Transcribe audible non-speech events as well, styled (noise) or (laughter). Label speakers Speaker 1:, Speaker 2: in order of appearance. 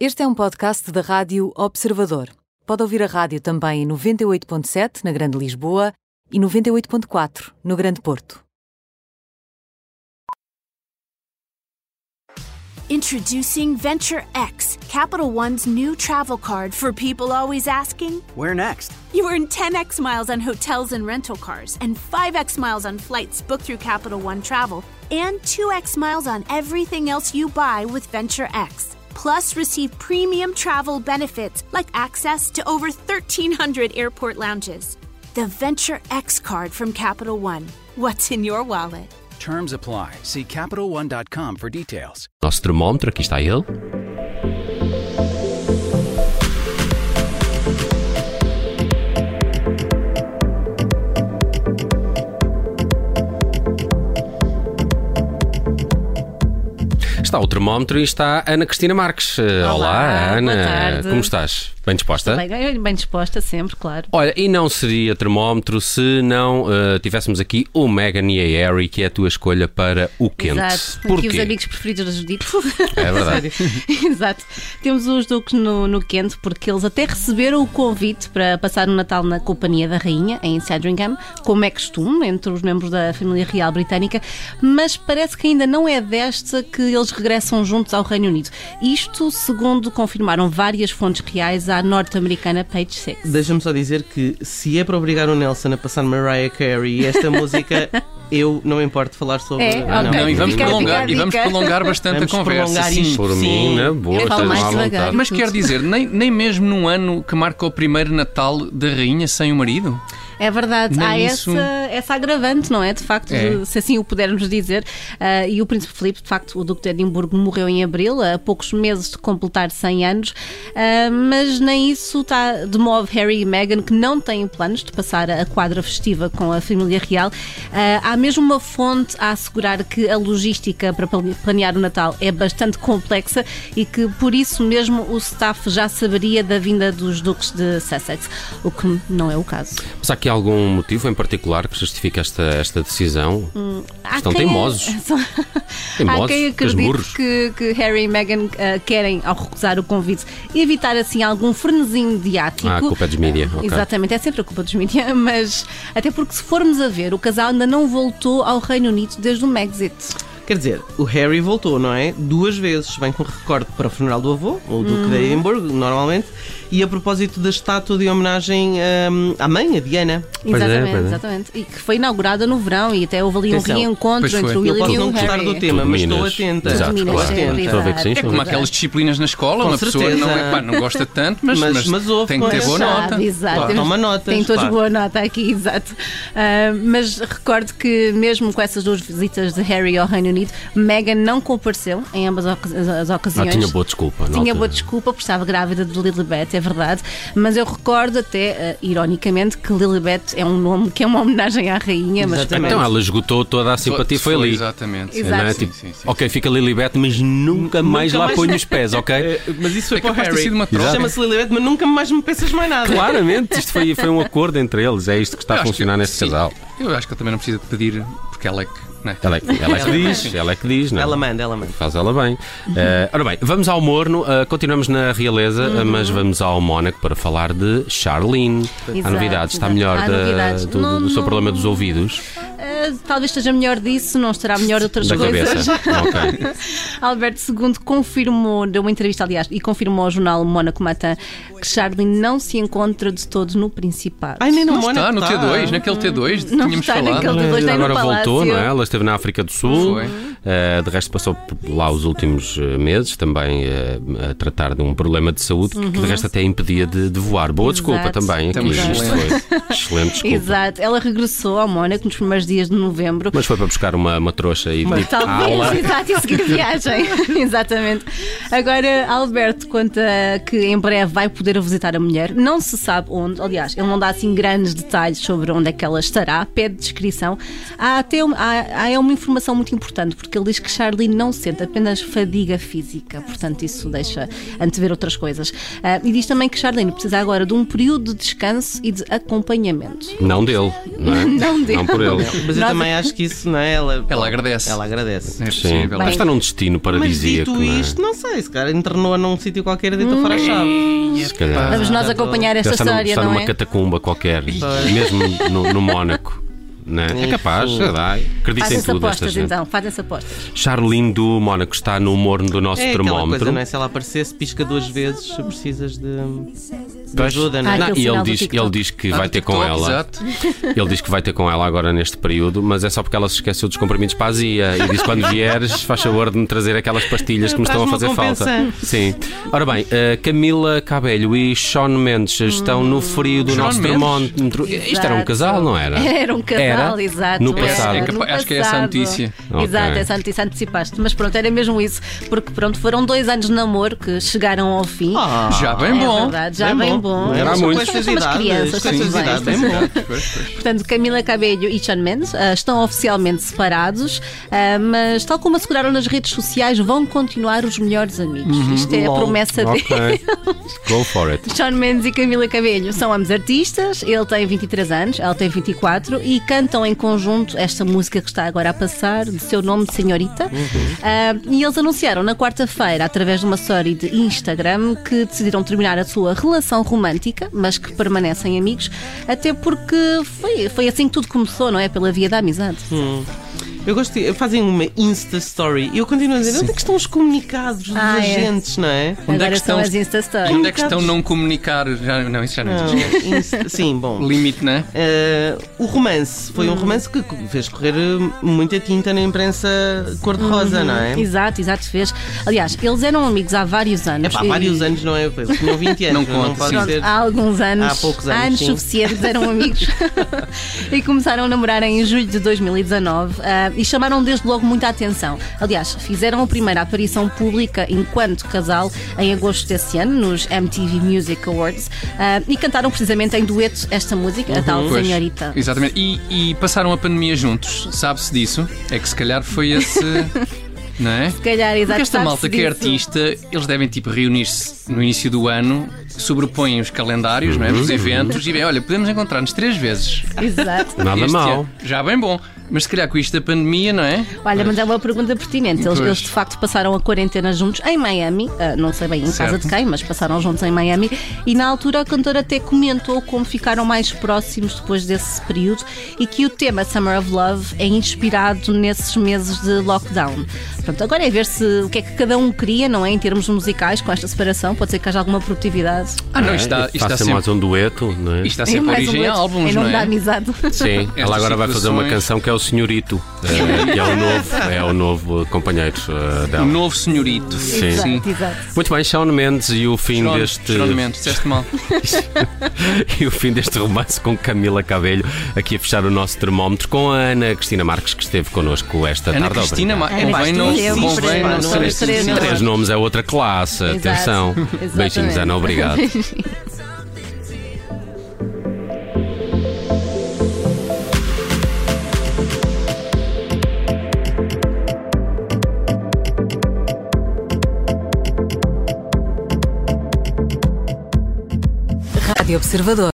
Speaker 1: Este é um podcast da Rádio Observador. Pode ouvir a rádio também em 98.7 na Grande Lisboa e 98.4 no Grande Porto.
Speaker 2: Introducing Venture X, Capital One's new travel card for people always asking,
Speaker 3: Where next?
Speaker 2: You earn 10x miles on hotels and rental cars, and 5x miles on flights booked through Capital One Travel, and 2x miles on everything else you buy with Venture X. Plus, receive premium travel benefits like access to over 1,300 airport lounges. The Venture X card from Capital One. What's in your wallet?
Speaker 3: Terms apply. See CapitalOne.com for details.
Speaker 4: Nosso termómetro, aqui está ele. Está o termómetro e está a Ana Cristina Marques. Eh, Olá,
Speaker 5: Olá,
Speaker 4: Ana.
Speaker 5: boa tarde.
Speaker 4: Como estás? Bem disposta?
Speaker 5: Bem, eu bem disposta sempre, claro.
Speaker 4: Olha, e não seria termómetro se não eh, tivéssemos aqui o Megan e a Harry, que é a tua escolha para o quente.
Speaker 5: Exato.
Speaker 4: Porquê?
Speaker 5: Aqui os amigos preferidos da Judite.
Speaker 4: É
Speaker 5: (laughs)
Speaker 4: verdade.
Speaker 5: Exato. Temos os Duques no, no quente porque eles até receberam o convite para passar o Natal na companhia da Rainha, em Sandringham, como é costume entre os membros da família real britânica, mas parece que ainda não é desta que eles regressam juntos ao Reino Unido. Isto segundo confirmaram várias fontes reais à norte-americana Page Six.
Speaker 6: Deixa-me só dizer que se é para obrigar o Nelson a passar Mariah Carey
Speaker 5: (laughs)
Speaker 6: e esta música, eu não me importo falar sobre.
Speaker 5: É?
Speaker 6: Ah,
Speaker 5: Ok.
Speaker 7: Não, e vamos
Speaker 5: Fica a
Speaker 7: prolongar,
Speaker 5: dica.
Speaker 7: e vamos prolongar bastante
Speaker 6: Vamos
Speaker 7: a conversa.
Speaker 6: prolongar
Speaker 7: sim.
Speaker 6: isto.
Speaker 4: Por
Speaker 6: Sim.
Speaker 4: mim, na boa,
Speaker 5: Eu falo
Speaker 4: estás
Speaker 5: mais
Speaker 4: à
Speaker 5: devagar.
Speaker 4: vontade.
Speaker 7: Mas quer dizer, nem, nem mesmo num ano que marca o primeiro Natal da rainha sem o marido?
Speaker 5: É verdade,
Speaker 7: Nem
Speaker 5: há
Speaker 7: isso.
Speaker 5: essa, essa agravante, não é? De facto,
Speaker 7: É.
Speaker 5: de- se assim o pudermos dizer. Ah, e o Príncipe Filipe, de facto, o Duque de Edimburgo, morreu em abril, a poucos meses de completar 100 anos, Ah, mas nem isso está de modo Harry e Meghan, que não têm planos de passar a quadra festiva com a família real. Ah, há mesmo uma fonte a assegurar que a logística para pal- planear o Natal é bastante complexa e que por isso mesmo o staff já saberia da vinda dos Duques de Sussex, o que não é o caso.
Speaker 4: Mas há aqui algum motivo em particular que justifica esta, esta decisão?
Speaker 5: Há
Speaker 4: Estão
Speaker 5: quem- é- (laughs)
Speaker 4: teimosos. Teimosos,
Speaker 5: Há quem
Speaker 4: casmurros.
Speaker 5: acredite que, que Harry e Meghan eh, querem, ao recusar o convite, evitar assim algum frenesinho mediático.
Speaker 4: Ah, a culpa é dos mídia, ok.
Speaker 5: Exatamente, é sempre a culpa dos mídia, (laughs) mas até porque se formos a ver, o casal ainda não voltou ao Reino Unido desde o Megxit.
Speaker 6: Quer dizer, o Harry voltou, não é? Duas vezes. Vem com recorde para o funeral do avô, o Duque
Speaker 5: Hum.
Speaker 6: de Edimburgo, normalmente. E a propósito da estátua de homenagem hum, à mãe, a Diana.
Speaker 4: Pois é,
Speaker 5: exatamente,
Speaker 4: pois é.
Speaker 5: exatamente. E que foi inaugurada no verão e até houve ali um
Speaker 6: Atenção.
Speaker 5: reencontro
Speaker 7: Pois
Speaker 5: entre
Speaker 7: foi.
Speaker 5: o
Speaker 7: Eu
Speaker 6: Eu
Speaker 5: William
Speaker 6: posso
Speaker 5: e o
Speaker 6: não gostar
Speaker 5: Harry.
Speaker 6: do tema,
Speaker 4: Tudo
Speaker 6: mas estou
Speaker 4: Minas.
Speaker 6: atenta.
Speaker 4: Exato,
Speaker 5: Tudo Minas,
Speaker 6: estou
Speaker 4: claro.
Speaker 5: sempre,
Speaker 6: atenta.
Speaker 4: Estou a ver que sim,
Speaker 5: exato.
Speaker 7: É
Speaker 4: estou a
Speaker 7: como
Speaker 4: ver que sim.
Speaker 7: aquelas disciplinas na escola,
Speaker 6: Com
Speaker 7: uma pessoa
Speaker 6: certeza.
Speaker 7: não, epá, não gosta tanto, mas,
Speaker 6: Mas- mas ouve
Speaker 7: tem que
Speaker 6: com
Speaker 7: ter boa
Speaker 6: essa-
Speaker 7: nota.
Speaker 5: Sabe, exato.
Speaker 6: Claro.
Speaker 5: Temos-
Speaker 6: Toma notas,
Speaker 5: Tem todos
Speaker 6: claro.
Speaker 5: boa nota aqui, exato. Ah, mas recordo que, mesmo com essas duas visitas de Harry ao Reino Unido, Meghan não compareceu em ambas oca- as- as
Speaker 4: Ah,
Speaker 5: ocasiões.
Speaker 4: tinha boa desculpa. na
Speaker 5: Tinha
Speaker 4: altura.
Speaker 5: boa desculpa porque estava grávida de Lilibet, é verdade, mas eu recordo até, ah, ironicamente, que Lilibet é um nome que é uma homenagem à rainha, mas
Speaker 6: Exatamente.
Speaker 4: Então ela esgotou toda a simpatia, foi ali.
Speaker 7: Exatamente.
Speaker 5: Exato.
Speaker 4: Não é?
Speaker 7: Sim,
Speaker 4: Tipo,
Speaker 7: sim, sim.
Speaker 4: ok, fica Lilibet, mas nunca mais lá
Speaker 6: mais.
Speaker 4: ponho os pés, ok?
Speaker 6: Eh, Mas isso foi
Speaker 7: É
Speaker 6: para o
Speaker 7: capaz de ter
Speaker 6: Harry.
Speaker 7: sido uma troca.
Speaker 6: Chama-se Lilibet, mas nunca mais me pensas mais nada.
Speaker 4: Claramente, isto foi, foi um acordo entre eles, é isto que
Speaker 7: Eu
Speaker 4: está a
Speaker 7: acho
Speaker 4: funcionar
Speaker 7: que-
Speaker 4: neste
Speaker 7: sim.
Speaker 4: casal.
Speaker 7: Eu acho que ele também não precisa de pedir, porque ela é que. não é?
Speaker 4: Ela é, que- ela é que diz, ela é que diz, não é?
Speaker 6: Ela manda, ela manda.
Speaker 4: Faz ela bem.
Speaker 5: Uhum.
Speaker 4: Eh, ora bem, vamos ao morno, eh, continuamos na realeza,
Speaker 5: Uhum.
Speaker 4: eh, mas vamos ao Mónaco para falar de Charlene. há
Speaker 5: Exato,
Speaker 4: novidades, está
Speaker 5: exato.
Speaker 4: melhor
Speaker 5: Há
Speaker 4: da-
Speaker 5: novidades.
Speaker 4: do, do-
Speaker 5: Não,
Speaker 4: do seu
Speaker 5: não.
Speaker 4: problema dos ouvidos,
Speaker 5: ah, talvez esteja melhor disso, não estará melhor de outras
Speaker 4: da
Speaker 5: coisas. (laughs)
Speaker 4: cabeça. Ok.
Speaker 5: Alberto II confirmou, deu uma entrevista, aliás, e confirmou ao jornal Mónaco Matin que Charlene não se encontra de todo no Principado.
Speaker 6: Ai, nem no
Speaker 7: Não
Speaker 6: Mónaco
Speaker 7: está no
Speaker 6: tá.
Speaker 7: T2, naquele T2
Speaker 5: Não
Speaker 7: tínhamos
Speaker 5: está
Speaker 7: falado.
Speaker 5: naquele- Ele depois tem no
Speaker 4: Agora voltou,
Speaker 5: palácio.
Speaker 4: não é? Ela esteve na África do Sul,
Speaker 7: Foi.
Speaker 4: eh, de resto passou por lá os últimos eh, meses também eh, a tratar de um problema de saúde que de resto até impedia de, de voar. Boa
Speaker 5: Uhum. Exato.
Speaker 4: desculpa também. aqui.
Speaker 7: Estamos
Speaker 4: Isto foi excelente desculpa.
Speaker 5: Exato, ela regressou ao Mónaco nos primeiros dias de novembro.
Speaker 4: Mas foi para buscar uma, uma trouxa e tipo,
Speaker 5: Talvez,
Speaker 4: aula.
Speaker 5: (laughs) exato, e seguir viagem. (laughs) Exatamente. Agora, Alberto conta que em breve vai poder visitar a mulher, não se sabe onde, aliás, ele não dá assim grandes detalhes sobre onde é que ela estará, pede descrição. Há até um- há, há é uma informação muito importante, porque porque ele diz que Charlene não sente apenas fadiga física, portanto isso deixa antever outras coisas. Ah, e diz também que Charlene precisa agora de um período de descanso e de acompanhamento.
Speaker 4: Não dele, não
Speaker 6: (laughs)
Speaker 4: é?
Speaker 5: Não dele.
Speaker 4: Não por ele.
Speaker 6: Mas eu
Speaker 5: Nós-
Speaker 6: também acho que isso, não é? Ela,
Speaker 7: Ela agradece.
Speaker 6: Ela agradece.
Speaker 7: É
Speaker 4: Sim,
Speaker 7: possível.
Speaker 4: mas está num destino
Speaker 6: Mas
Speaker 4: paradisíaco,
Speaker 6: dito
Speaker 4: não é?
Speaker 6: isto, não sei, se calhar internou-a num sítio qualquer e deitou fora a chave.
Speaker 4: se calhar.
Speaker 5: Vamos nós acompanhar esta
Speaker 4: Deve estar num-
Speaker 5: história,
Speaker 4: estar
Speaker 5: não
Speaker 4: numa
Speaker 5: é?
Speaker 4: catacumba qualquer, mesmo no, no Mónaco. Né? É capaz, sei lá, acredita em
Speaker 5: Fazem-se
Speaker 4: tudo esta
Speaker 5: apostas
Speaker 4: gente.
Speaker 5: então, fazem-se apostas.
Speaker 4: Charlene do Mónaco está no morno do nosso
Speaker 6: É aquela
Speaker 4: termómetro.
Speaker 6: coisa, não é? Se ela aparecesse, pisca duas vezes, se precisas de, de
Speaker 7: Pois.
Speaker 6: ajuda, não
Speaker 5: Ah,
Speaker 6: é?
Speaker 4: Não,
Speaker 5: Aquele
Speaker 4: e ele
Speaker 5: sinal do
Speaker 4: diz,
Speaker 5: TikTok.
Speaker 4: ele diz que
Speaker 7: Ah,
Speaker 4: vai
Speaker 7: do
Speaker 4: ter com
Speaker 7: TikTok,
Speaker 4: ela.
Speaker 7: exato.
Speaker 4: Ele diz que vai ter com ela agora neste período, mas é só porque ela se esqueceu dos comprimidos para a azia e disse quando vieres faz favor de me trazer aquelas pastilhas que me estão a fazer
Speaker 6: Traz-me uma
Speaker 4: falta.
Speaker 6: compensa.
Speaker 4: Sim. Ora bem, eh, Camila Cabelho e Sean Mendes estão no frio do
Speaker 7: Shawn
Speaker 4: nosso
Speaker 7: Mendes?
Speaker 4: termómetro. Isto era um
Speaker 5: Exato.
Speaker 4: casal, não era?
Speaker 5: (laughs) Era um casal,
Speaker 4: Era?
Speaker 5: exato.
Speaker 4: No
Speaker 5: era,
Speaker 4: passado.
Speaker 5: era
Speaker 7: É capaz- acho que é essa a
Speaker 5: passado.
Speaker 7: notícia.
Speaker 4: Ok.
Speaker 5: Exato, essa notícia antecipaste. Mas pronto, era mesmo isso. Porque pronto, foram dois anos de namoro que chegaram ao fim.
Speaker 6: Ah,
Speaker 7: Já bem
Speaker 5: É
Speaker 7: bom.
Speaker 5: verdade, já bem, bom.
Speaker 6: Não é?
Speaker 4: Era
Speaker 6: Só
Speaker 4: há
Speaker 6: com
Speaker 4: muito.
Speaker 6: estas
Speaker 5: São umas
Speaker 6: idades,
Speaker 5: crianças,
Speaker 6: com estas
Speaker 5: são
Speaker 6: idades,
Speaker 5: bem
Speaker 6: bem bom.
Speaker 5: Portanto, Camila Cabello e Sean Mendes ah, estão oficialmente separados, ah, mas tal como asseguraram nas redes sociais, vão continuar os melhores amigos.
Speaker 7: Uhum.
Speaker 5: Isto é a
Speaker 6: Lol.
Speaker 5: promessa dele.
Speaker 4: Ok. Go for it.
Speaker 5: Sean Mendes e Camila Cabello são ambos artistas, ele tem 23 anos, ela tem 24 e cantam em conjunto esta música que está agora a passar, de seu nome de Senhorita.
Speaker 7: Uhum.
Speaker 5: Ah, e eles anunciaram na quarta-feira, através de uma story de Instagram, que decidiram terminar a sua relação romântica, mas que permanecem amigos, até porque foi, foi assim que tudo começou, não é? Pela via da amizade.
Speaker 7: Hum,
Speaker 6: Eu gosto de, fazem uma Insta Story e eu continuo a dizer onde é que estão os comunicados dos
Speaker 5: Ah, é.
Speaker 6: agentes, não é?
Speaker 7: Onde é que
Speaker 5: agora
Speaker 7: estão
Speaker 5: são
Speaker 7: os-
Speaker 5: as Insta Stories.
Speaker 7: Onde é que estão não comunicar? Já, não, isso já não existe.
Speaker 6: Não, Insta- sim, bom.
Speaker 7: Limite, né?
Speaker 6: Eh, o romance foi um romance que fez correr eh, muita tinta na imprensa cor-de-rosa, não é?
Speaker 5: Exato, exato, fez. Aliás, eles eram amigos há vários anos.
Speaker 6: É pá, há
Speaker 5: E-
Speaker 6: vários anos, não é? Pois, Tinham 20 anos,
Speaker 7: Não conta,
Speaker 6: pode
Speaker 7: sim.
Speaker 6: ser.
Speaker 5: há alguns anos,
Speaker 6: Há poucos anos, sim.
Speaker 5: suficientes, eram
Speaker 7: (laughs)
Speaker 5: amigos e começaram a namorar em julho de 2019 ah, e chamaram desde logo muita atenção. Aliás, fizeram a primeira aparição pública enquanto casal em agosto desse ano, nos MTV Music Awards, ah, e cantaram precisamente em dueto esta música, a tal
Speaker 7: Uhum. Pois,
Speaker 5: Senhorita.
Speaker 7: Exatamente. E, e passaram a pandemia juntos, sabe-se disso? É que se calhar
Speaker 5: (laughs)
Speaker 7: foi esse. não é?
Speaker 5: Se calhar, exato,
Speaker 7: Porque esta
Speaker 5: sabe-se
Speaker 7: malta que é
Speaker 5: disso.
Speaker 7: artista, eles devem tipo reunir-se no início do ano, sobrepõem os calendários, não é?
Speaker 4: Uhum.
Speaker 7: Os eventos e bem, olha, podemos encontrar-nos três vezes.
Speaker 5: Exato.
Speaker 4: Nada
Speaker 7: este
Speaker 4: mal.
Speaker 7: ano. Já bem bom. Mas se calhar com isto da pandemia, não é?
Speaker 5: Olha, mas é uma pergunta pertinente. Eles,
Speaker 7: Pois.
Speaker 5: eles, de facto passaram a quarentena juntos em Miami, ah, não sei bem em casa
Speaker 7: Certo.
Speaker 5: de quem, mas passaram juntos em Miami. E na altura a cantora até comentou como ficaram mais próximos depois desse período e que o tema Summer of Love é inspirado nesses meses de lockdown. Pronto, agora é ver se o que é que cada um queria, não é? Em termos musicais, com esta separação, pode ser que haja alguma produtividade.
Speaker 7: Ah, não, isto está, isto está
Speaker 4: Faça É, mais
Speaker 7: sempre.
Speaker 4: um dueto, não é?
Speaker 7: Isto está sempre
Speaker 5: mais um
Speaker 7: origem a
Speaker 5: outro,
Speaker 7: álbuns,
Speaker 5: em nome
Speaker 7: não
Speaker 5: da
Speaker 7: é?
Speaker 5: amizade.
Speaker 4: Sim, ela agora vai fazer uma
Speaker 7: situações-
Speaker 4: canção que é o Senhorito, eh, que é o novo, é o novo companheiro eh,
Speaker 7: O
Speaker 4: dela.
Speaker 7: novo senhorito.
Speaker 4: Sim.
Speaker 5: Exato,
Speaker 7: Sim.
Speaker 5: exato.
Speaker 4: Muito bem, Sean Mendes e o fim
Speaker 7: Sean-
Speaker 4: deste
Speaker 7: Sean Mendes, disseste mal.
Speaker 4: e o fim deste romance com Camila Cabelho aqui a fechar o nosso termómetro com a Ana Cristina Marques que esteve connosco esta
Speaker 7: Ana
Speaker 4: tarde.
Speaker 7: Cristina,
Speaker 4: Obrigado.
Speaker 7: ma- convém não
Speaker 5: Cristina,
Speaker 7: convém não
Speaker 6: sempre,
Speaker 7: ser
Speaker 6: sempre,
Speaker 7: assim.
Speaker 5: sempre.
Speaker 4: Três nomes é outra classe,
Speaker 5: Exato,
Speaker 4: atenção.
Speaker 5: (laughs) exatamente.
Speaker 4: Beijinhos, Ana, obrigado.
Speaker 1: Rádio Observador.